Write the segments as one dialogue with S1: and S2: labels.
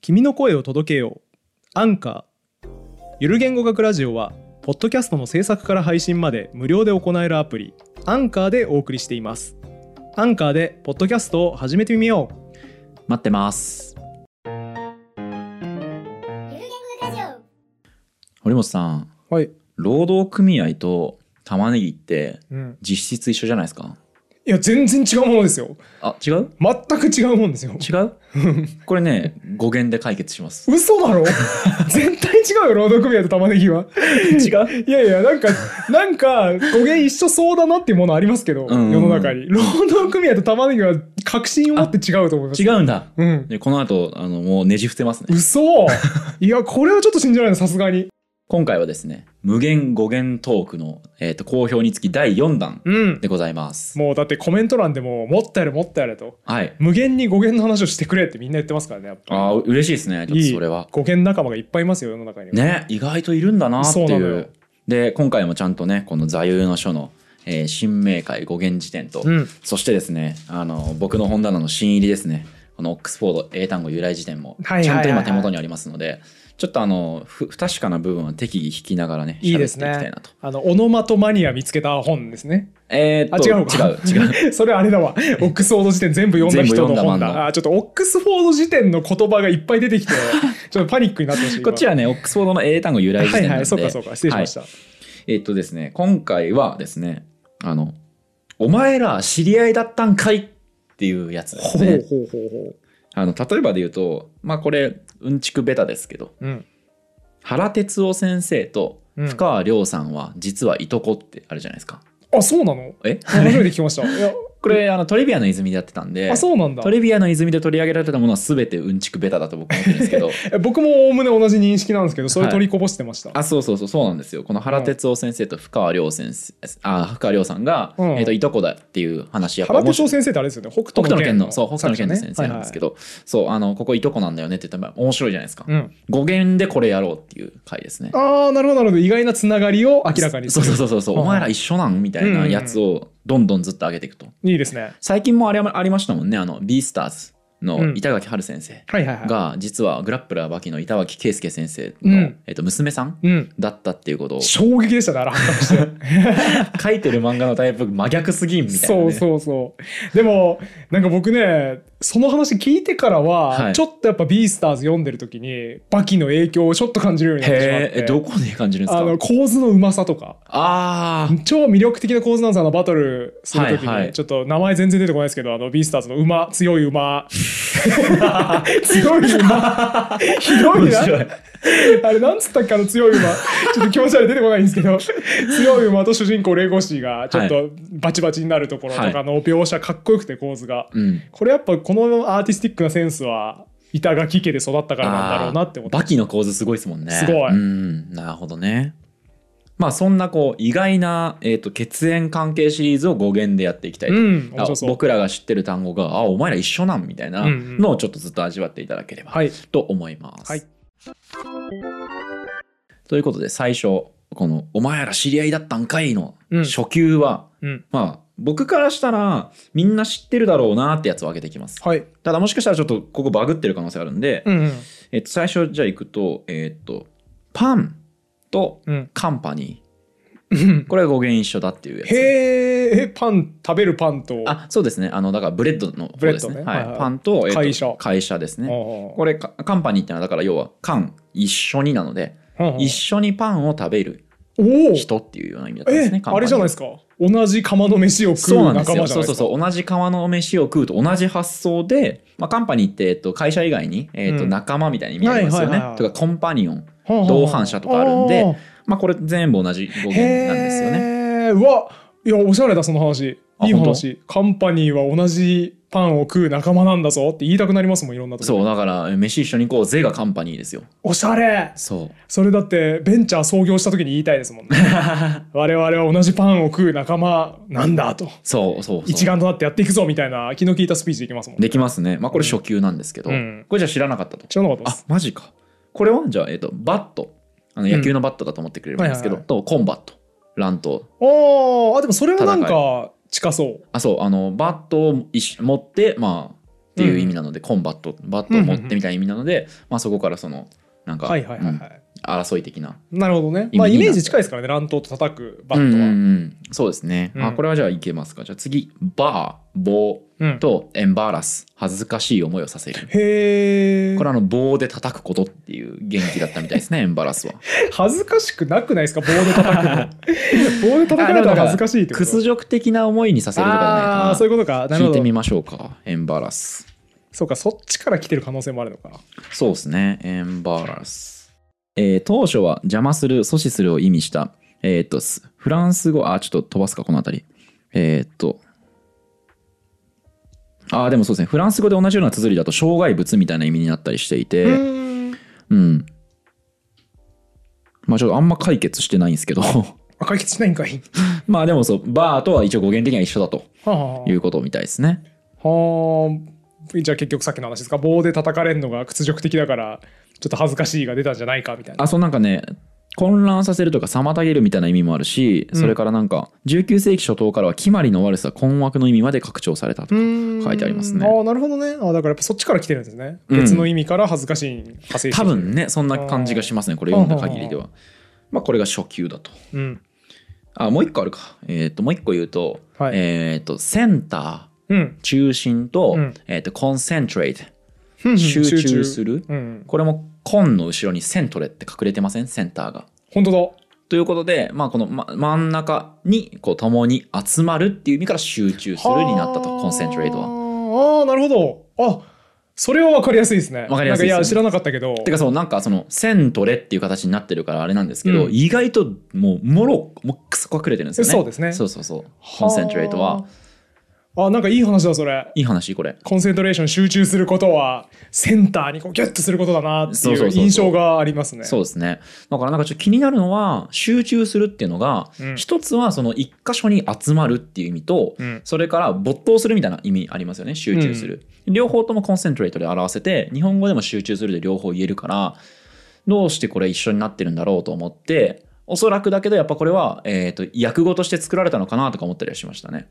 S1: 君の声を届けようアンカーゆる言語学ラジオはポッドキャストの制作から配信まで無料で行えるアプリアンカーでお送りしていますアンカーでポッドキャストを始めてみよう
S2: 待ってます
S3: ゆる言語ラジオ
S2: 堀本さん
S1: はい、
S2: 労働組合と玉ねぎって
S1: うん、
S2: 実質一緒じゃないですか
S1: いや全然違うものですよ
S2: あ違う
S1: 全く違うもん ですよ
S2: 違 うこれね語源で解決します
S1: 嘘 だろ絶対違うよ労働組合と玉ねぎは
S2: 違う
S1: いやいや、なんか、なんか、語源一緒そうだなっていうものありますけど、
S2: うん
S1: 世の中に。労働組合と玉ねぎは確信を持って違うと思います。
S2: 違うんだ
S1: うん。
S2: でこの後あのもうねじ伏せますね
S1: 嘘いや、これはちょっと信じられない、さすがに。
S2: 今回はですね無限語源トークの、えー、と好評につき第4弾
S1: うん。
S2: でございます
S1: もうだってコメント欄でも、もっとやれ、もっとやれと。
S2: はい
S1: 無限に語源の話をしてくれってみんな言ってますからね、やっぱ
S2: あー嬉しいですねち
S1: り。
S2: ょ
S1: い
S2: っと
S1: い
S2: それは
S1: 語源仲間がいっぱいいますよ、世の中には。
S2: ね意外といるんだなって
S1: そうないの
S2: う
S1: よ
S2: で今回もちゃんとねこの座右の書の、えー新明解語源辞典と、
S1: うん。
S2: そしてですねあの僕の本棚の新入りですねこのオックスフォード英単語由来辞典も
S1: はいはいはいはい
S2: ちゃんと今手元にありますのでちょっとあのふ不確かな部分は適宜引きながらね
S1: いい
S2: 喋って
S1: で
S2: い
S1: す
S2: き
S1: ね
S2: たいなと。
S1: あの、オノマトマニア見つけた本ですね。
S2: えー、っと
S1: あ違うか
S2: 違う違う
S1: それあれだ わ。オックスフォード辞典全部読んだ人
S2: 全部読ん
S1: の
S2: だ
S1: 本
S2: 版
S1: だ。
S2: の
S1: あちょっとオックスフォード辞典の言葉がいっぱい出て きて、ちょっとパニックになってほし い。
S2: こっち
S1: は
S2: はねオックスフォードの英単語由来
S1: は
S2: 辞典
S1: い
S2: な
S1: は
S2: ので、
S1: い、そうかそうか、失礼しました。
S2: えーっとですね今回はですねあの「お前ら知り合いだったんかい!」っていうやつです
S1: ほう
S2: ね
S1: ほうほうほ
S2: あの例えばで言うとまあこれうんちくベタですけど
S1: う。うん。
S2: 原哲夫先生と
S1: うん
S2: 深川亮さんは実はいとこってあるじゃないですか。
S1: あ、そうなの
S2: え
S1: 初めて聞きました。いや、
S2: これあのトリビアの泉でやってたんで
S1: あ、そうなんだ
S2: ト。リビアの泉で取り上げられたものは全てうんちくベタだと僕は思ってるんですけど
S1: え僕もおおむね同じ認識なんですけど、それ
S2: はい
S1: 取りこぼしてました。
S2: あそうそうそうそうなんですよこの原哲夫先生と深川亮先生あ深川亮さんが、
S1: うん
S2: えー、といとこだっていう話やっぱ
S1: 原
S2: 面
S1: 哲
S2: 白
S1: 夫
S2: い
S1: 先生ってあれですよね、北
S2: 北
S1: 斗
S2: 斗
S1: の
S2: の
S1: 拳
S2: 剣
S1: の
S2: のそう北斗の剣の先生なんですけ
S1: ど。
S2: ど、そうあのここいとこなんだよねって言ったら面白いじゃないですか、
S1: うん、
S2: 語源でこれやろうっていう回ですね
S1: ああ、なるほど、なるほど。意外なつながりを明らかにす
S2: そう
S1: る。
S2: そうそうそうそう
S1: うん
S2: お前ら一緒なんみたいなやつをどんどんずっと上げていくと
S1: いいですね。
S2: 最近もあれありましたもんねあのビースターズ
S1: うん
S2: の板垣春先生、
S1: はいはいはい。
S2: が実はグラップラーバキの板脇圭介先生
S1: う
S2: の、
S1: ん
S2: えっと、娘さん
S1: うん。
S2: だったっていうことを
S1: 衝撃でしたね、 あれ、発覚して。
S2: 書いてる漫画のタイプ真逆すぎんみたいな、ね、
S1: そうそうそうでもなんか僕ねその話聞いてからは、
S2: はい
S1: ちょっとやっぱ「ビースターズ」読んでる時にバキの影響をちょっと感じるようになってしまっ
S2: へ
S1: て
S2: ええどこで感じるんです
S1: あ
S2: か
S1: の構図のうまさとか
S2: あー
S1: 超魅力的な構図なんですよあのバトルする時に、
S2: はいはい
S1: ちょっと名前全然出てこないですけどあのビースターズの馬強い 馬強い馬ひどい
S2: 面
S1: な
S2: 白い
S1: あれなんつったっけあの強い馬ちょっと気持ち悪い出てこないんです けど強い馬と主人公レゴシーがちょっとバチバチになるところとかの描写かっこよくて構図が
S2: うん
S1: これやっぱこのアーティスティックなセンスは板垣家で育ったからなんだろうなって思って
S2: バキの構図すごいですもんね
S1: すごい
S2: うんなるほどねまあそんなこう意外な、えっと血縁関係シリーズを語源でやっていきたいと
S1: うん面白そう
S2: 僕らが知ってる単語が「あお前ら一緒なん」みたいな
S1: うんうん
S2: のをちょっとずっと味わっていただければ
S1: はい
S2: と思います。
S1: はい
S2: ということで最初この「お前ら知り合いだったんかい」の
S1: うん
S2: 初級は、
S1: うん
S2: まあ僕からしたらみんな知ってるだろうなってやつを挙げていきます。
S1: はい
S2: ただもしかしたらちょっとここバグってる可能性があるんで、
S1: うんうん
S2: えっと、最初じゃあいくと,、えっとパンと
S1: うん
S2: カンパニ
S1: うん
S2: ーこれが語源一緒だっていうやつ。
S1: へえパン食べるパンと
S2: あそうですねあのだからブレッドの
S1: ブ
S2: 方
S1: レッ
S2: です
S1: ド
S2: ね
S1: ね
S2: はい
S1: はいはい
S2: パンと,、えっと
S1: 会社
S2: 会社ですね
S1: こ
S2: これかカンパニーってのはだから要は「缶一緒に」なので、一緒にパンを食べる
S1: おお
S2: 人っていうような意味だったんです
S1: え
S2: ね。
S1: あれじゃないです
S2: か
S1: か同じ釜の飯を食
S2: そうな
S1: うん
S2: です
S1: 仲間
S2: よ
S1: じゃな
S2: そう
S1: いで
S2: そう
S1: すか
S2: そう同じ釜の飯を食うと同じ発想で、まあ、カンパニーって、えっと、会社以外に、えっと
S1: うん
S2: 仲間みたいな意味ありますよね、
S1: はいはいはい
S2: とかコンパニオン、
S1: はあはあ
S2: 同伴者とかあるんでまあ、これ全部同じ語
S1: あー
S2: 源なんですよね。
S1: へえうわいやおしゃれだその話
S2: あ
S1: いい
S2: 本
S1: 話カンパニーは同じパンを食う仲間なんだぞって言いたくなりますもんいろんなとこ
S2: そうだから飯一緒に行こうぜがカンパニーですよ。
S1: おしゃれ
S2: そう
S1: それだってベンチャー創業した時に言いたいですもん ね我々は同じパンを食う仲間なんだと
S2: そうそうそう
S1: 一丸となってやっていくぞみたいな気の利いたスピーチできますもんね
S2: できますね。まあこれ初級なんですけど、
S1: うん
S2: これじゃ知らなかったと。
S1: 知らなかったで
S2: あ
S1: す
S2: マジかこれはじゃあ、えっとバットあの野球のバットだと思ってくれればいいんですけど、
S1: はい
S2: とコンバット乱闘
S1: あーあでもそれはなん
S2: 戦
S1: か近そう
S2: あそうあのバットを一緒持ってまあっていう意味なので、コンバットバットを持ってみたいな意味なので、まあ、そこからそのなんか、
S1: はいはいはいは
S2: うん
S1: い。
S2: 争い的な
S1: なるほどね。まあ
S2: 意味
S1: イメ
S2: にな
S1: ー
S2: った
S1: ジ近いですからね。乱闘と叩くバ
S2: う
S1: ッ
S2: ん
S1: ト
S2: うんう
S1: は。
S2: んそうですね、
S1: うん
S2: あこれはじゃあいけますかじゃあ次バー棒
S1: うん。
S2: とエンバーラス恥ずかしい思いをさせる
S1: へえ。
S2: これはあの棒で叩くことっていう元気だったみたいですねエンバーラスは
S1: 恥ずかしくなくないですか棒で叩 くの棒で叩かれたら恥ずかしいってこと
S2: 屈辱的な思いにさせるとかじゃないか
S1: あ
S2: な
S1: あーそういうことかなる
S2: 聞い
S1: ほ
S2: て
S1: ど
S2: みましょうかエンバーラス
S1: そうかそっちから来てる可能性もあるのか
S2: そうですねエンバーラス、えー当初は邪魔する阻止するを意味したえーっとすフランス語あちょっと飛ばすかこの辺りえーっとあーでもそうですねフランス語で同じような綴りだと障害物みたいな意味になったりしていて、
S1: うーん
S2: うん。まあちょっとあんま解決してないんですけど
S1: あ解決しないんかい
S2: まあでもそうバーとは一応語源的には一緒だと
S1: はあは
S2: いうことみたいですね
S1: あはあじゃあ結局さっきの話ですか棒で叩かれるのが屈辱的だからちょっと恥ずかしいが出たんじゃないかみたいな
S2: あそうなんかね混乱させるとか妨げるみたいな意味もあるし
S1: ん
S2: それからなんか19世紀初頭からは決まりの悪さ困惑の意味まで拡張されたと
S1: う
S2: か
S1: ーん
S2: 書いてありますね
S1: ああなるほどねあだからやっぱそっちから来てるんですね、
S2: うん
S1: 別の意味から恥ずかしいに派生して
S2: 多
S1: きてる
S2: 分ねそんな感じがしますねこれ読んだ限りではまあこれが初級だと
S1: うん
S2: あもう一個あるかえっ、ともう一個言うと、
S1: はい
S2: えっ、とセンタ
S1: うん
S2: ー中心と,、
S1: うん
S2: えっとコンセントレート
S1: うん
S2: 集中する
S1: うん
S2: これもコンの後ろにセントレって隠れてませんセンターが。
S1: 本当だ
S2: ということで、まあ、この、ま、真ん中にこう共に集まるっていう意味から集中するになったとコンセントレートは。
S1: は。ああ、なるほど。あそれは分かりやすいですね。
S2: わかりやすいですね
S1: なんかいや、知らなかったけど。
S2: てかそうなんかそのセントレっていう形になってるからあれなんですけど、
S1: うん
S2: 意外ともうもろもうクソ隠れてるんですよね。
S1: そうですね
S2: そうそうそう。コンセントレートは。
S1: あーなんかいい話だ、それ。
S2: いい話これ。
S1: コンセントレーション集中することはセンターにこうギュッとすることだなって
S2: そう
S1: い
S2: そううそうそう
S1: 印象がありますね。
S2: そうですね。だからなんかちょっと気になるのは集中するっていうのが、
S1: うん
S2: 一つはその一箇所に集まるっていう意味と、
S1: うん
S2: それから没頭するみたいな意味ありますよね集中する、両方ともコンセントレートで表せて日本語でも集中するで両方言えるからどうしてこれ一緒になってるんだろうと思っておそらくだけどやっぱこれは、えー、と訳語として作られたのかなとか思ったりはしましたね、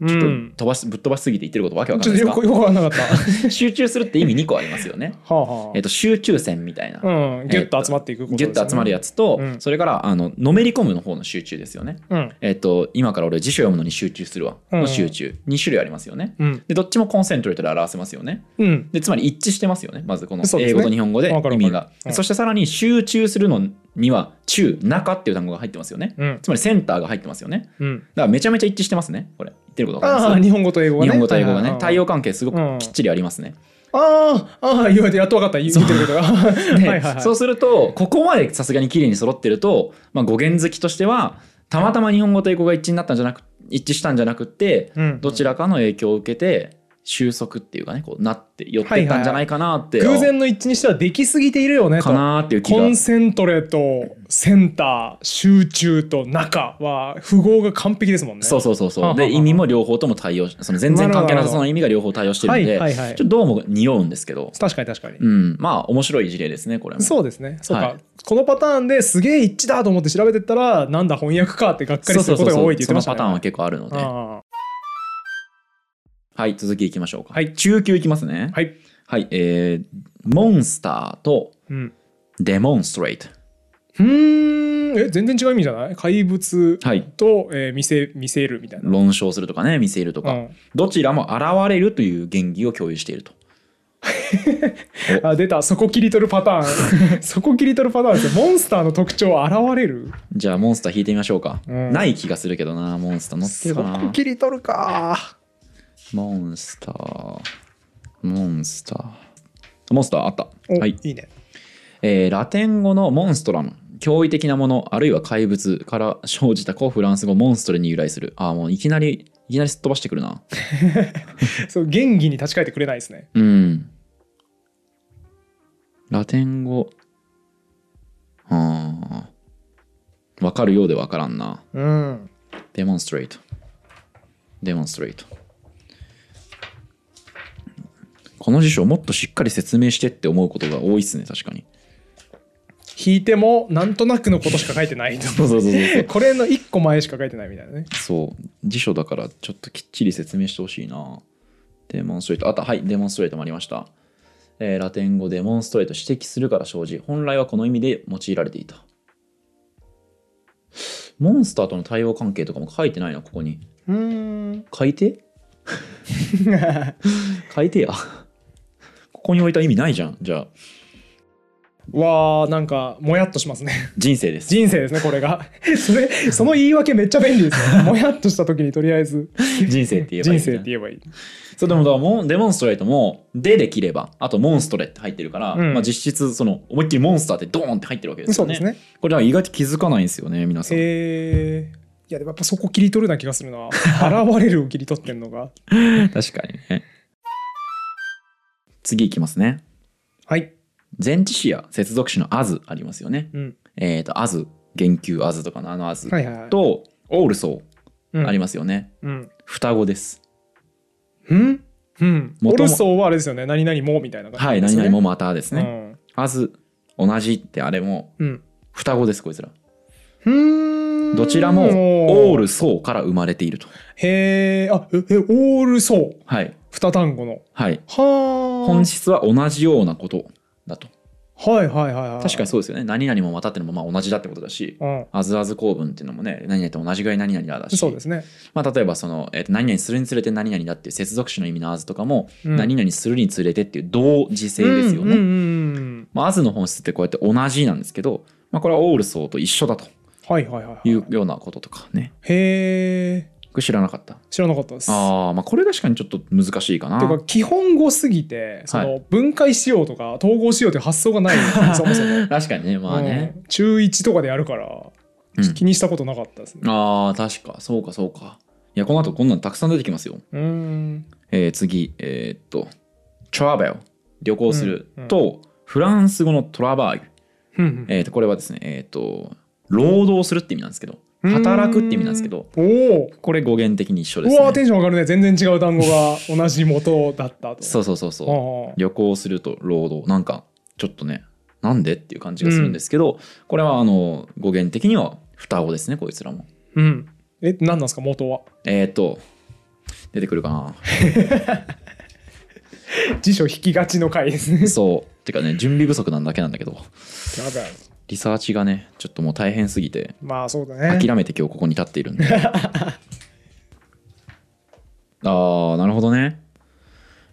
S1: うん。
S2: ちょっと飛ばしぶっ飛ばしすぎて言ってることわけわか
S1: ち
S2: ん
S1: ょ
S2: な
S1: っ
S2: い
S1: と
S2: です
S1: よくよく分からなかった。は
S2: か集中するって意味2個ありますよね
S1: あはあ
S2: えっと集中線みたいな、
S1: うん、ギュッと集まっていくことです
S2: ギ
S1: よ
S2: ュ
S1: ね
S2: ッと集まるやつと、
S1: うん
S2: それからあののめり込むの方の集中ですよね
S1: うん
S2: えっと今から俺辞書読むのに集中するわ
S1: うんうん
S2: の集中、二2種類ありますよね
S1: うん
S2: でどっちもコンセントレートで表せますよね
S1: うん
S2: でつまり一致してますよねまずこの
S1: そうです
S2: 英
S1: ね
S2: 語と日本語で
S1: わかる
S2: 意
S1: わかる
S2: 味が
S1: うん
S2: そしてさらに集中するのには中中っていう単語が入ってますよね
S1: うん
S2: つまりセンターが入ってますよね
S1: うん
S2: だからめちゃめちゃ一致してますねこれ言ってることわかり
S1: あ
S2: ま
S1: あ
S2: す
S1: 日本語と英語がね
S2: 日本語と英語がね対
S1: 応
S2: 応関係すごくきっちりありますね、
S1: ああああ言われてやっと分かった言ってること がはい
S2: で
S1: はいはい
S2: そうするとここまでさすがに綺麗に揃ってると、まあ、語源好きとしてはたまたま日本語と英語が一致になったんじゃなく一致したんじゃなくって
S1: うん
S2: どちらかの影響を受けて収束っていうかねこうなって寄ってったんじゃないかなって、
S1: 偶然の一致にしてはできすぎているよね
S2: か
S1: と
S2: なーっていう気が
S1: コンセントレとセンター集中と中は符号が完璧ですもんね
S2: そうそうそうそ
S1: は
S2: う
S1: あはあ
S2: で意味も両方とも対応しその全然関係なさそうな意味が両方対応してるん
S1: は
S2: で、
S1: いはいはい
S2: ちょっとどうも匂うんですけど、
S1: 確かに確かに、
S2: うん、まあ面白い事例ですねこれも
S1: そうですねそうか、
S2: はい
S1: このパターンですげえ一致だと思って調べてったらなんだ翻訳かってがっかりすることが多いって言って
S2: そ
S1: ま
S2: の
S1: した
S2: パ
S1: ね
S2: ターンは結構あるので、
S1: あ
S2: はい続きいきましょうか、
S1: はい
S2: 中級いきますね
S1: あはい、
S2: はい、えー、モンスターと
S1: うん、
S2: デモンストレート。
S1: うーんえ全然違う意味じゃない怪物
S2: はい。
S1: と、えー見せ見せるみたいな、
S2: 論証するとかね、見せると
S1: う
S2: か、
S1: ん、
S2: どちらも現れるという原義を共有していると。
S1: あ出たそこ切り取るパター ンそこ切り取るパターンですよモンスターの特徴現れる
S2: じゃあ、モンスター引いてみましょうか。
S1: うん
S2: ない気がするけどな、モンスター乗って
S1: そ
S2: る
S1: こ
S2: かな。
S1: 切り取るか
S2: モンスター。モンスター。モンスターあった。
S1: お
S2: はい。
S1: いいね
S2: えーラテン語のモンストラム驚異的なものあるいは怪物から生じた古フランス語モンストレに由来するああもういきなりいきなりすっ飛ばしてくるな
S1: そう原義に立ち返ってくれないですね。
S2: うん。ラテン語。ああ。わかるようでわからんな。
S1: うん。
S2: デモンストレート。デモンストレート。この辞書をもっとしっかり説明してって思うことが多いっすね、確かに。
S1: 引いてもなんとなくのことしか書いてないと。
S2: そうそうそうそう。
S1: これの一個前しか書いてないみたいなね。
S2: そう。辞書だからちょっときっちり説明してほしいな。デモンストレート。あった、はい、デモンストレートもありました。えーラテン語デモンストレート、指摘するから生じ。本来はこの意味で用いられていた。モンスターとの対応関係とかも書いてないな、ここに。
S1: うーん
S2: 書い て書いてや。ここに置いた意味ないじゃん。じゃあ、
S1: わあなんかもやっとしますね
S2: 人生です。
S1: 人生ですねこれが それその言い訳めっちゃ便利ですねもやっとした時にとりあえず
S2: 人生って言えばいい
S1: 人生っ
S2: みたいな
S1: て言えばいい
S2: そうでもだからもうデモンストレートも「で」で切ればあと「モンストレ」って入ってるから、
S1: うん
S2: まあ、実質その思いっきりモンスターってドーンって入ってるわけです
S1: そ
S2: よ
S1: う
S2: ね。
S1: ですね
S2: これは意外と気づかないんですよね皆さん。
S1: えー、いやでもやっぱそこ切り取るな気がする な現れるを切り取ってんのが
S2: 確かにね。次いきますね。
S1: はい
S2: 前置詞や接続詞の「as ありますよね。
S1: うん
S2: えっ、と「as 言及「as とかのあの「as
S1: はいはいはい
S2: と「also
S1: う」ん
S2: ありますよね。
S1: うん
S2: 双子です。
S1: うんうんオ
S2: 元
S1: ル
S2: も
S1: ソーはあれですよね何々もみたいな
S2: は
S1: 感じで
S2: い何
S1: すよ
S2: 々
S1: ね
S2: もまたですね。
S1: ね
S2: as 同じってあれも
S1: うん
S2: 双子ですこいつら。
S1: うん
S2: どちら
S1: うーん
S2: も「オール」「そう」から生まれていると。
S1: へえあええオールソー
S2: はい。
S1: 二単語の
S2: はい。
S1: はあ
S2: 本質は同じようなことだと。
S1: はいはいはいはい
S2: 確かにそうですよね。何々もまたってのもまあ同じだってことだし、
S1: うん
S2: あずあず構文っていうのもね、何々と同じぐらい何々だだし、
S1: そうですね
S2: まあ、例えばその、えーと何々するにつれて何々だっていう接続詞の意味のあずとかも、
S1: うん
S2: 何々するにつれてっていう同時性ですよね。
S1: うんうんうん
S2: まあ、あずの本質ってこうやって同じなんですけど、まあ、これはオールソーと一緒だと
S1: はいはいはいはい
S2: いうようなこととかね。
S1: へえ
S2: これ知らなかった。
S1: 知らなかったです
S2: ああ、まあこれ確かにちょっと難しいかな。
S1: ていうか基本語すぎてその分解しようとか統合しようという発想 がないんですよそもそも
S2: 確かにね、まあね。
S1: うん中1とかでやるから
S2: うん
S1: 気にしたことなかったですね
S2: ああ、確か、そうか、そうか。いや、この後こんなのたくさん出てきますよ。
S1: うーん
S2: えー次、えーっと、トラベル、旅行する、
S1: うんうん
S2: と、フランス語のトラバイル、
S1: ふん
S2: えーっと、これはですね、えーっと、労働するって意味なんですけど、働くって意味なんですけど、
S1: ふんおお
S2: これ語源的に一緒です
S1: うわーテ
S2: ね。
S1: ンション上がるね全然違う単語が同じ元だったと
S2: そうそうそうそう。
S1: ああ
S2: 旅行すると労働、なんか、ちょっとね、なんでっていう感じがするんですけど、これはあの語源的には双子ですね、こいつらも。
S1: うんえ何なんですか元は
S2: えーっと、出てくる かな。
S1: 辞書引きがちの回です ね
S2: そう。てかね、準備不足なんだけなんだけど。
S1: やばい
S2: リサーチがねちょっともう大変すぎて
S1: まあそうだね
S2: 諦めて今日ここに立って いるんであーなるほどね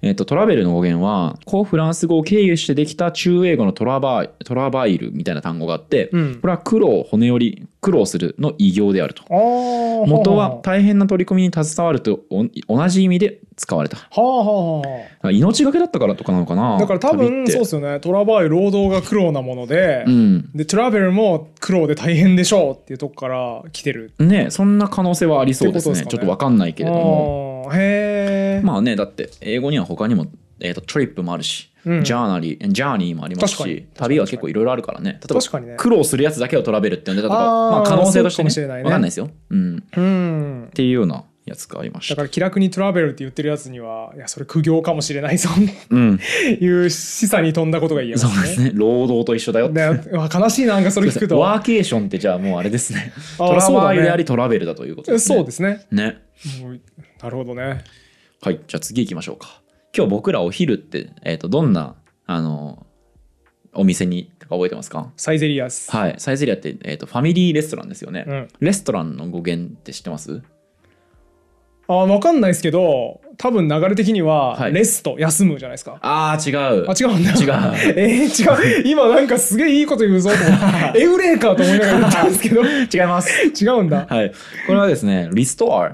S2: えっとトラベルの語源はこうフランス語を経由してできた中英語のトラバイトラバイルみたいな単語があって、
S1: うん
S2: これは苦労骨折り苦労するの異業であると
S1: あー
S2: 元は大変な取り組みに携わるとお同じ意味で使われた
S1: はあはあはあはあ
S2: 命がけだったからとかなのかな
S1: だから多
S2: 旅っ
S1: 分
S2: て
S1: そうですよねトラバイ労働が苦労なもので、
S2: うん
S1: でトラベルも苦労で大変でしょうっていうとこから来てる
S2: ねそんな可能性はありそうですね
S1: ってことですかね
S2: ちょっとわかんないけれども
S1: あーへえ、
S2: まあねだって英語には他にも、えー、とトリップもあるし、
S1: うん
S2: ジャーナリージャーニーもあります
S1: 確かに
S2: し旅は結構いろいろあるからね例えば
S1: 確かにね
S2: 苦労するやつだけをトラベルって呼んでたとか
S1: あー
S2: まあ、可能性とし
S1: そうか
S2: て,、ね
S1: もしれないね
S2: わかんないですよ、うん、っ
S1: うん
S2: ていうようなやつがありまし
S1: だか
S2: た
S1: ら気楽にトラベルって言ってるやつにはいやそれ苦行かもしれないぞ
S2: うん
S1: いう示唆に飛んだことが言えま
S2: そうですす
S1: ね
S2: ね労働と一緒だよって
S1: ねうわ悲しいななんかそれ聞くと
S2: ワーケーションってじゃあもうあれですね
S1: あー
S2: トラバイルであ
S1: そうだ
S2: り
S1: ね
S2: トラベルだということ
S1: え
S2: ですね
S1: そうですね
S2: ね
S1: もうなるほどね
S2: はい、じゃあ次行きましょうか。今日僕らお昼って、えっ、と、どんな、あの、お店にとか覚えてますか
S1: サイゼリアス、
S2: はい、サイゼリアって、えっとファミリーレストランですよね、
S1: うん
S2: レストランの語源って知ってます
S1: あーわかんないですけど多分流れ的には
S2: はい
S1: レスト、休むじゃないですか
S2: ああ、違う。
S1: あ、違うんだ。
S2: 違う
S1: えー違う。今なんかすげえいいこと言うぞと思 って。エウレーカーと思いながら言ったんですけど、
S2: 違います。
S1: 違うんだ。あ
S2: はい。これはですね、リストアー、
S1: あ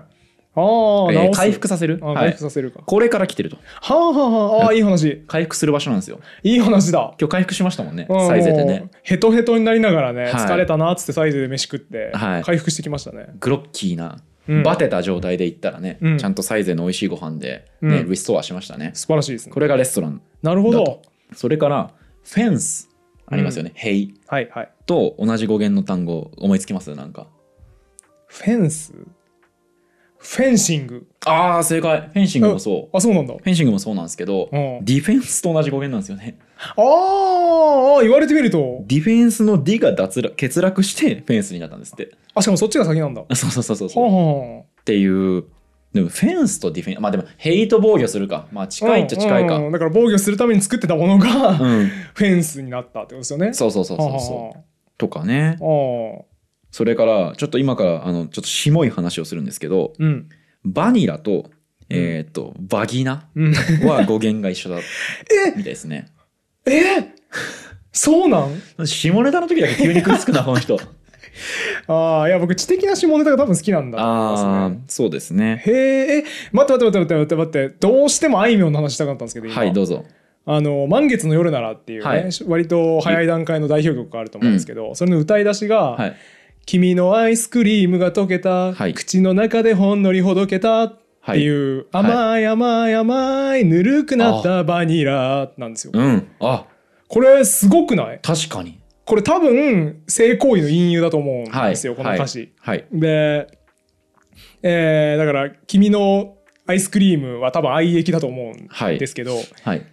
S1: ー、
S2: えー
S1: 直す
S2: 回復させる。
S1: あ
S2: は
S1: 回
S2: い
S1: 復。させるか。
S2: これから来てると。
S1: はあはあはあ、あーいい話。
S2: 回復する場所なんですよ。
S1: いい話だ。
S2: 今日回復しましたもんね、
S1: うん
S2: サイゼでね
S1: もう。ヘトヘトになりながらね、
S2: はい
S1: 疲れたなっつってサイズで飯食って、
S2: はい
S1: 回復してきましたね。
S2: グロッキーな、
S1: うん
S2: バテた状態で行ったらね、
S1: うん
S2: ちゃんとサイゼの美味しいご飯で、ね
S1: うん
S2: リストアしましたね。
S1: 素晴らしいですね
S2: こ。れがレストラン
S1: なるほ
S2: だ
S1: ど
S2: と。それからフェンスありますよね。塀
S1: はいはい。
S2: と同じ語源の単語思いつきますなんか。
S1: フェンスフェンシング。
S2: ああ正解。フェンシングもそう。
S1: あ、そうなんだ。
S2: フェンシングもそうなんですけど、
S1: うん
S2: ディフェンスと同じ語源なんですよね。
S1: あーあー、言われてみると。
S2: ディフェンスの D が脱落欠落してフェンスになったんですって。
S1: あ、しかもそっちが先なんだ。は
S2: あそうそうそうそう
S1: あ
S2: そう。っ
S1: はあ。
S2: ていうでもフェンスとディフェンスまあでもヘイト防御するかまあ近いっちゃ近いか
S1: うんうんだから防御するために作ってたものが、
S2: うん
S1: フェンスになったってことですよね
S2: そうそうそうそうそうとかね
S1: うああ
S2: それからちょっと今からあのちょっとしもい話をするんですけど
S1: うん
S2: バニラとえっ、とバギナ
S1: うん
S2: は語源が一緒だみたいですね
S1: えそうなん
S2: 下ネタの時だけ急にくっつくなこ の人
S1: ああいや僕知的な下ネタが多分好きなんだと思いますね
S2: ああそうですね
S1: へええ待って待って待って待って待って待ってどうしてもあいみょんの話したかったんですけど今
S2: はいどうぞ
S1: あの「満月の夜なら」っていうね、
S2: はい
S1: 割と早い段階の代表曲があると思うんですけど、それの歌い出しが、
S2: はい
S1: 君のアイスクリームが溶けた、
S2: はい
S1: 口の中でほんのりほどけた」っていう、
S2: はい
S1: 甘い甘い甘いぬるくなったバニラなんですよ。
S2: うんあ
S1: これすごくない
S2: 確かに
S1: これ多分性行為の隠喩だと思うんですよ、この歌詞。
S2: はい
S1: で、えーだから「君のアイスクリーム」は多分愛液だと思うん
S2: はい
S1: ですけど、
S2: はい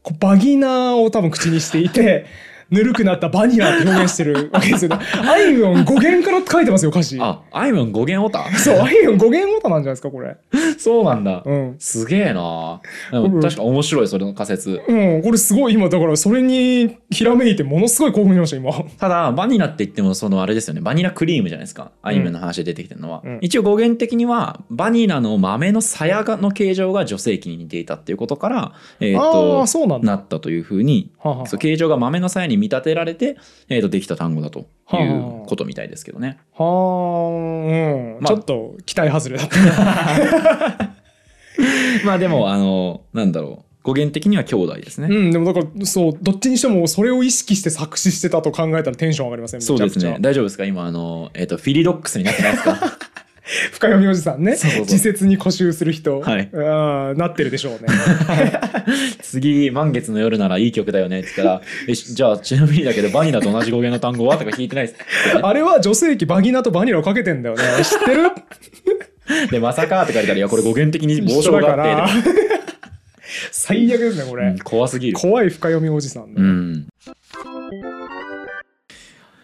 S1: こうバギナーを多分口にしていて ぬるくなったバニラって表現してるわけですよね。あいみょん語源から書いてますよ歌詞。
S2: ああいみょん語源オタ
S1: そうあいみょん語源オタなんじゃないですかこれ。
S2: そうなんだ
S1: うん。
S2: すげえなでも確か面白いそれの仮説
S1: うん、これすごい今だからそれにひらめいてものすごい興奮しました今。
S2: ただバニラって言ってもそのあれですよねバニラクリームじゃないですかあいみょんの話で出てきてるのは、
S1: うん
S2: 一応語源的にはバニラの豆の鞘がの形状が女性器に似ていたっていうことから、えー
S1: あ
S2: と
S1: あそうなんだ。
S2: なったというふうに
S1: ははは
S2: そう形状が豆の鞘に見立てられて、えー、とできた単語だとい
S1: は
S2: う
S1: あ
S2: ことみたいですけどね。
S1: はあ、うん、
S2: ま
S1: ち
S2: あ
S1: ょっと期待外れだ った。
S2: まあでもあのなんだろう語源的には兄弟ですね。
S1: うん、でもだからそうどっちにしてもそれを意識して作詞してたと考えたらテンション上がりませんめち
S2: そ
S1: ゃ
S2: うで
S1: く
S2: す
S1: ちゃ
S2: ね。大丈夫ですか今あの、えー、とフィリロックスになってますか
S1: 深読みおじさんね
S2: そうそうそう
S1: 自節に固執する人、
S2: はい
S1: あーなってるでしょうね
S2: 次満月の夜ならいい曲だよねって言った ら「えしじゃあちなみにだけどバニラと同じ語源の単語は?」とか聞いてないです。
S1: あれは女性器バギナとバニラをかけてんだよね知って る
S2: で、まさかって書いてある。いや、これ語源的に暴走があって、
S1: 最悪ですねこれ、
S2: うん怖すぎる。
S1: 怖い深読みおじさんね、
S2: うん。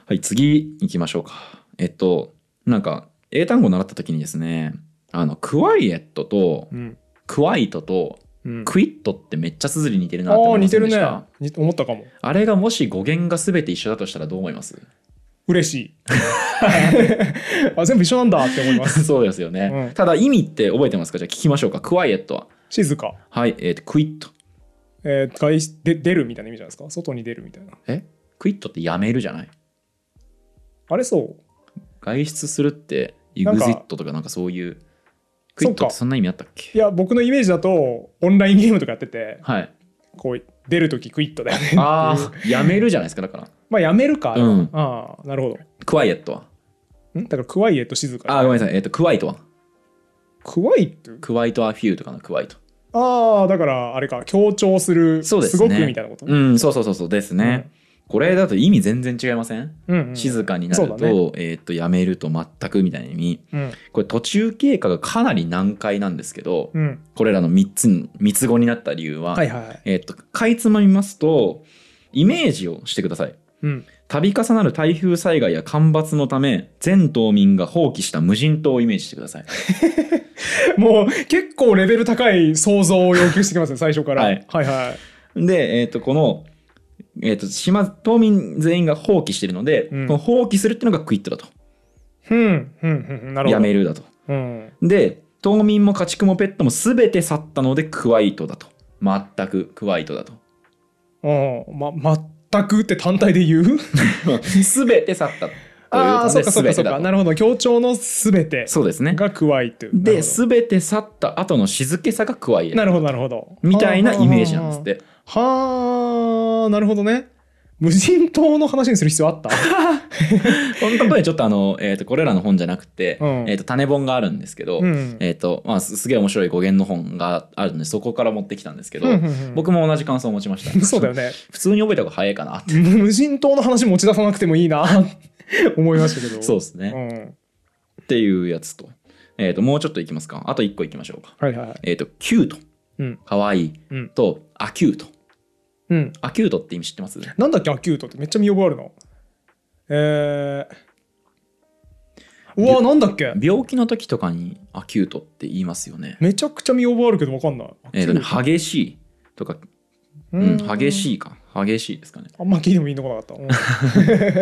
S2: はい、次行きましょうか。えっと、なんか、英単語習った時にですね、あの、クワイエットと
S1: う、ん
S2: クワイトと、
S1: うん
S2: クイットってめっちゃ綴り似てる
S1: あ
S2: なって思
S1: あ
S2: いま
S1: 似
S2: せ
S1: て
S2: ん
S1: る
S2: でし
S1: ね
S2: た。
S1: に思ったかも
S2: あれがもし語源が全て一緒だとしたらどう思います
S1: 嬉しい あ全部一緒なんだって思い ます
S2: そうですよね、
S1: うん
S2: ただ意味って覚えてますかじゃあ聞きましょうか。クワイエットは。
S1: 静か、
S2: はい、えっ、と、クイット。
S1: えー、外出で出るみたいな意味じゃないですか外に出るみたいな
S2: えクイットってやめるじゃない
S1: あれそう
S2: 外出するって
S1: なんか
S2: EXIT とかなんかそういうクイ
S1: そ
S2: ッ
S1: っか
S2: トってそんな意味あったっ
S1: い
S2: け
S1: や僕のイメージだとオンラインゲームとかやってて
S2: はい
S1: こう出る時クイットだよね
S2: ああやめるじゃないですかだから
S1: まあやめるか、
S2: うん
S1: ああなるほ
S2: クワイエットは
S1: どんだからクワイエット静か
S2: あーごめんなさいえっ、とクワイトは
S1: クワイエッ
S2: クワイトアフューとかのクワイト
S1: トああだからあれか強調する
S2: そうです
S1: す
S2: ね
S1: ごくみたいなこと、
S2: うんそうそうそうそうですね、これだと意味全然違いません、
S1: うんうん
S2: 静かになる
S1: そ
S2: と,、
S1: うだね
S2: えっ、とやめると全くみたいな意味
S1: うん
S2: これ途中経過がかなり難解なんですけど、
S1: うん
S2: これらの3つに三つ語になった理由は、
S1: はいはいはい
S2: えっ、とかいつまみますとイメージをしてください
S1: うん
S2: 度重なる台風災害や干ばつのため全島民が放棄した無人島をイメージしてください。
S1: もう結構レベル高い想像を要求してきますね最初から、
S2: はい
S1: はいはい
S2: で、えっとこの、えっと島島民全員が放棄してるので、
S1: うん
S2: この放棄するっていうのがクイットだと
S1: ふんふんふんふんなるほど
S2: やめるだと。
S1: うん
S2: で島民も家畜もペットも全て去ったのでクワイトだと全くクワイトだと
S1: うんま全くって単体で言う
S2: 全て去ったという
S1: ああそ
S2: の
S1: っかそっ
S2: で
S1: かそ
S2: 全
S1: って
S2: だ
S1: か
S2: と
S1: なるほど強調のすべて
S2: そうですね
S1: がクワイエット
S2: で全て去った後の静けさがクワイエ
S1: なるほどなるほど
S2: みたいなイメージなんですって。
S1: はあなるほどね無人島の話にする必要あった
S2: この例えちょっとあの、えー、とこれらの本じゃなくて、
S1: うん
S2: えー、と種本があるんですけど、
S1: うん
S2: えーとまあ、すすげえ面白い語源の本があるんでそこから持ってきたんですけど、
S1: うんうんうん
S2: 僕も同じ感想を持ちました
S1: そうだよね
S2: 普通に覚えた方が早いかなって
S1: 無人島の話持ち出さなくてもいいな思いましたけど
S2: そうですね、
S1: うん
S2: っていうやつと,、えー、ともうちょっといきますかあと1個いきましょうか、
S1: はいはいはい
S2: えー、とキュート
S1: うん
S2: かわいい、
S1: うん
S2: とアキュート
S1: うん
S2: アキュートって意味知ってます
S1: なんだっけアキュートってめっちゃ見覚えあるのえーうわなんだっけ
S2: 病気の時とかにアキュートって言いますよね。
S1: めちゃくちゃ見覚えあるけどわかんない
S2: えっ、とね、激しいとか、うん、激
S1: い
S2: しいか。激しいですかね。
S1: あんま聞いてもいいのかなかった、う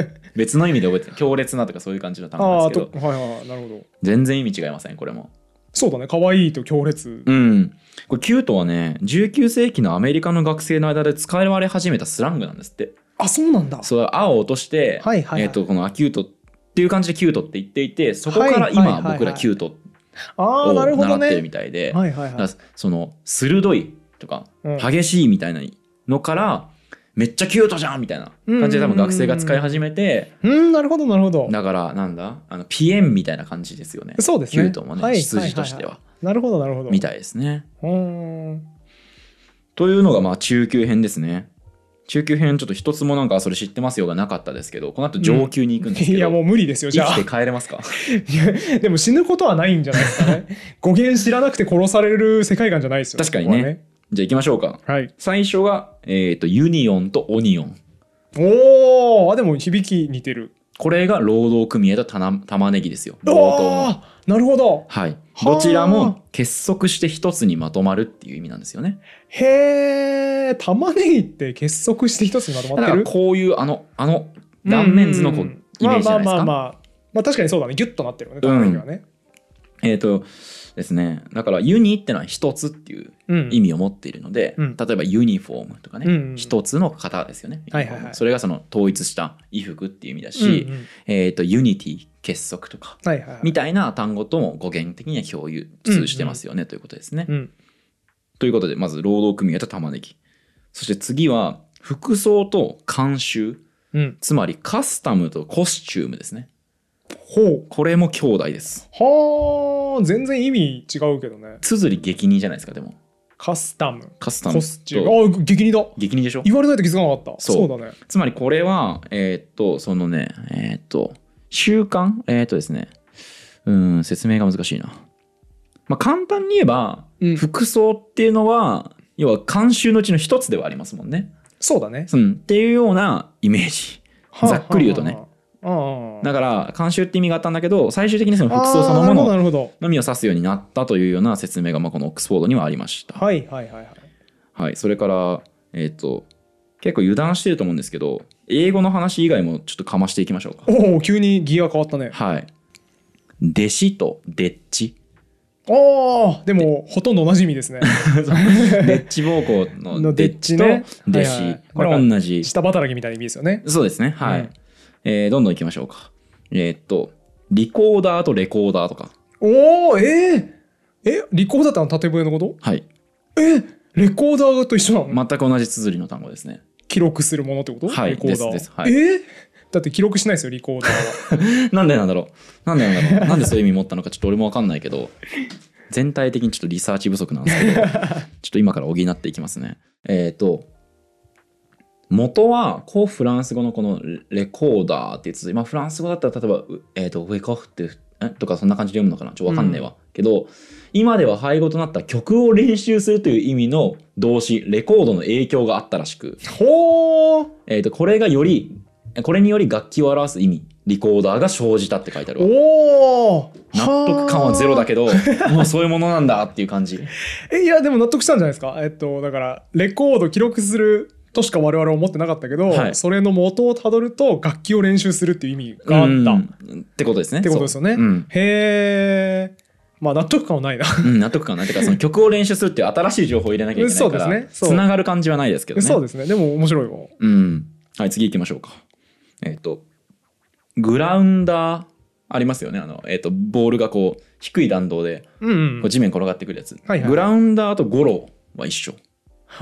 S1: ん
S2: 別の意味で覚えてない強烈なとかそういう感じの単語
S1: あ
S2: な
S1: あ
S2: んで
S1: と
S2: すけど、
S1: はいはいはいなるほど
S2: 全然意味違いません、これも。
S1: そうだね可愛いと強烈
S2: うん。これ、キュートはね、19世紀のアメリカの学生の間で使われ始めたスラングなんですって。
S1: あそうなんだ
S2: それ青を落として、
S1: はいはいはい
S2: えっ、と、このアキュートっていう感じでキュートって言っていて、そこから
S1: はい
S2: 今
S1: はいはいはい
S2: 僕らキュート
S1: ああ
S2: を
S1: なるほ
S2: 習
S1: ど
S2: ってる
S1: ね
S2: みたいで、
S1: はいはいはい
S2: だからその、鋭いとか、
S1: うん
S2: 激しいみたいなのから、めっちゃキュートじゃんみたいな感じで多分学生が使い始めて、
S1: うんなるほどなるほど
S2: だからなんだあのピエンみたいな感じですよね。
S1: そうです
S2: キュ
S1: ね
S2: ートもね、
S1: はい
S2: 出自としては、
S1: いいなるほどなるほど
S2: みたいですね。
S1: うーん
S2: というのがまあ中級編ですね。中級編ちょっと一つもなんかそれ知ってますよがなかったですけど、この後上級に行くんですけ ど、
S1: いやもう無理ですよじ
S2: 生
S1: ゃ
S2: き
S1: あ
S2: て帰れますか
S1: いや でも死ぬことはないんじゃないですかね語源知らなくて殺される世界観じゃないですよ
S2: 確かに
S1: ここは
S2: ね。じゃあ行きましょうか。
S1: はい
S2: 最初が、えー、とユニオンとオニオン。
S1: おーあでも響き似てる
S2: これが労働組合とたな玉ねぎですよ。冒頭の
S1: あーなるほど
S2: はい、
S1: はあ
S2: どちらも結束して一つにまとまるっていう意味なんですよね。
S1: へえ玉ねぎって結束して一つにまと
S2: だ
S1: まっ
S2: か
S1: て
S2: ら
S1: る
S2: こういうあのあの断面図のこう
S1: う
S2: イ
S1: ん
S2: メージじゃないです
S1: まあまあま
S2: か。
S1: あまあまあ確かにそうだねギュッとなってるよね玉ねぎはね
S2: えっ、とですねだからユニってのは一つっていう
S1: うん
S2: 意味を持っているので、
S1: うん
S2: 例えばユニフォームとか
S1: うんう
S2: ね
S1: ん
S2: 一、つの型ですよね、
S1: はいはいはい
S2: それがその統一した衣服っていう意味だ
S1: うん
S2: し、
S1: うん
S2: えっ、とユニティ結束とか
S1: はいはいはい
S2: みたいな単語とも語源的には共有通してますよね、ということですね。
S1: うん
S2: ということでまず労働組合と玉ねぎそして次は服装と慣習
S1: うん
S2: つまりカスタムとコスチュームですね
S1: ほ
S2: これも兄弟です
S1: うはあ全然意味違うけどね
S2: 綴り激似じゃないですかでも
S1: カスタム
S2: カスタム
S1: コスチュ
S2: と
S1: ームあ激似だ
S2: 激似でしょ
S1: 言われないと気づかなかった
S2: そ
S1: そううだね
S2: つまりこれはえーっとそのねえーっと習慣えーっとですねうーん説明が難しいなまあ簡単に言えば、
S1: うん
S2: 服装っていうのは要は慣習のうちの一つではありますもんね、
S1: そうだね
S2: うん、っていうようなイメージざっくり言うとね
S1: はあはあはあああ
S2: だから慣習って意味があったんだけど最終的にその服装その
S1: あ
S2: も
S1: ー
S2: の
S1: なるほどなるほ
S2: のみを指すようになったというような説明がまあこのオックスフォードにはありました。
S1: どはいはいはいはい
S2: はい、それから、えっと結構油断してると思うんですけど英語の話以外もちょっとかましていきましょうか。
S1: おお急にギア変わったね
S2: はい、弟子とでっ ち
S1: ああでもほとんど同じ意味ですね
S2: でっち暴行の
S1: の
S2: で
S1: で
S2: っ
S1: っち
S2: ちと
S1: ね
S2: 弟
S1: はいは
S2: 子
S1: い
S2: これ同じ
S1: 下働きみたいな意味ですよね
S2: そうですねはい、
S1: うん
S2: えーどんどんいきましょうかえっとリコーダーとレコーダーとか
S1: おおえー、えリコーダーってあの縦笛のこと
S2: はい
S1: えレコーダーと一緒なの、
S2: 全く同じ綴りの単語ですね
S1: 記録するものってこと
S2: はい
S1: レコーダーは
S2: ですですはい
S1: えーだって記録しないですよリコーダー は
S2: なんでなんだろうなんでなんだろうなんでそういう意味持ったのかちょっと俺も分かんないけど全体的にちょっとリサーチ不足なんですけど ちょっと今から補っていきますねえっ、と元はこうフランス語のこのレコーダーってつまあフランス語だったら例えばうえっ、とウェコフってえとかそんな感じで読むのかなちょっと分かんないわ、けど今では廃語となった曲を練習するという意味の動詞レコードの影響があったらしく
S1: ほー
S2: えー、とこれがよりこれにより楽器を表す意味リコーダーが生じたって書いてあるわ
S1: おお
S2: 納得感はゼロ だけどもうそういうものなんだっていう感じ
S1: えいやでも納得したんじゃないですかえっとだからレコード記録するとしか我々は思ってなかったけど、
S2: はい
S1: それの元をたどると楽器を練習するっていう意味があった、
S2: うんってことですね
S1: ってことですよね、
S2: そううん
S1: へえまあ納得感はないな
S2: うん納得感ない てかその曲を練習するっていう新しい情報を入れなきゃいけないか
S1: そ
S2: ら
S1: うですねそう
S2: つながる感じはないですけどね
S1: そうですねでも面白いわ
S2: うんはい次行きましょうかえっ、とグラウンダーありますよねあの、えー、とボールがこう低い弾道で
S1: うん、う
S2: こ
S1: ん
S2: う、地面転がってくるやつ、
S1: はいはい
S2: グラウンダーとゴロは一緒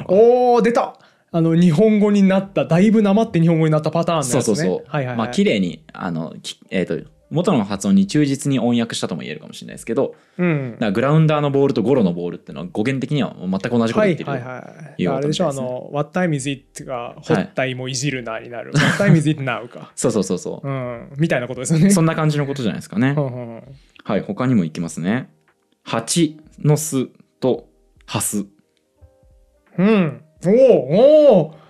S1: おお出たあの日本語になっただいぶなまって日本語になったパターンのやつ、
S2: そう
S1: ね、
S2: そうそう、
S1: はいはい、はい
S2: まあ綺麗にあのきえっ、と元の発音に忠実に音訳したとも言えるかもしれないですけど、
S1: うん
S2: だからグラウンダーのボールとゴロのボールっていうのは語源的には全く同じこと
S1: は
S2: 言
S1: い
S2: ってる。
S1: はいはい
S2: いう
S1: あ
S2: こ
S1: れで
S2: とみ
S1: した
S2: い
S1: ょあ
S2: ですね
S1: の「What time is it?」が「ほ
S2: い
S1: ったいもいじるな」になる「What time is it now?」か、
S2: そうそうそうそう。
S1: うん、みたいなことですよね
S2: そんな感じのことじゃないですかね
S1: う。んうんうん
S2: はい、他にもいきますね。蜂の巣とハス。
S1: うん。おおおー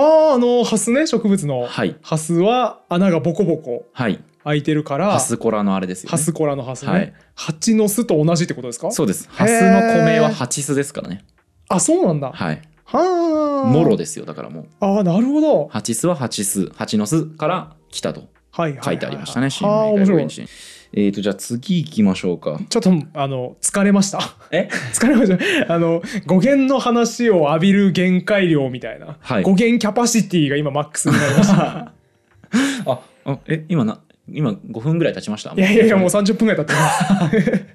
S1: はあ、あの、ハスね、植物の。
S2: はい。
S1: ハスは穴がボコボコ。
S2: はい。
S1: 空いてるから
S2: ハスコラのあれですよ、ね。
S1: ハスコラのハスね、
S2: はい
S1: 蜂の巣と同じってことですか
S2: そうです。ハスの米はハチスですからね。
S1: あそうなんだは
S2: はい。
S1: あ
S2: もろですよ。だからもう。
S1: あーなるほど
S2: ハチスはハチス、ハチの巣から来たと
S1: はいははは
S2: 書いてありましたね。新
S1: はあ
S2: 聞
S1: 面
S2: 外
S1: 白
S2: 国
S1: い
S2: 人誌えっ、と、じゃあ次行きましょうか。
S1: ちょっとあの疲れました
S2: え
S1: 疲れましたあの語源の話を浴びる限界量みたいな、
S2: はい
S1: 語源キャパシティが今マックスになりました
S2: あ、あえ、今な、今5分ぐらい経ちました
S1: いやいやいやもう30分ぐらい経 ってます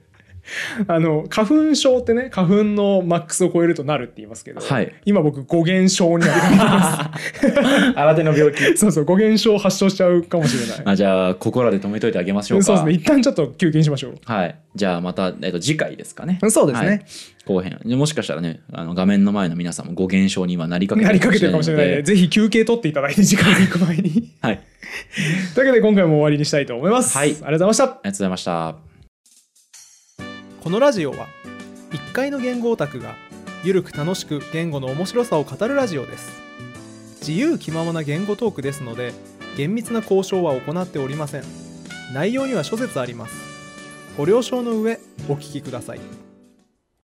S1: あの花粉症ってね花粉のマックスを超えるとなるって言いますけど、
S2: はい
S1: 今僕語源症になりま
S2: 新手の病気。
S1: す そうそう語源症発症しちゃうかもしれない
S2: あじゃあ、ここらで止めといてあげましょうか。
S1: そうですね一旦ちょっと休憩にしましょう
S2: はい。じゃあ、また、えっと、次回ですかね。
S1: そうですね
S2: はい後編。でもしかしたらね、あの画面の前の皆さんもご現象に今なりかけ
S1: な
S2: て
S1: りかけてるかもしれないので
S2: ので。
S1: ぜひ休憩取っていただいて時間に行く前に
S2: はい。あり
S1: というわけで今回も終わりにしたいと思います、
S2: は
S1: あ
S2: い
S1: りがとうございました
S2: がとうございました。
S1: このラジオは1階の言語オタクがゆるく楽しく言語の面白さを語るラジオです自由気ままな言語トークですので厳密な交渉は行っておりません内容には諸説ありますご了承の上お聞きください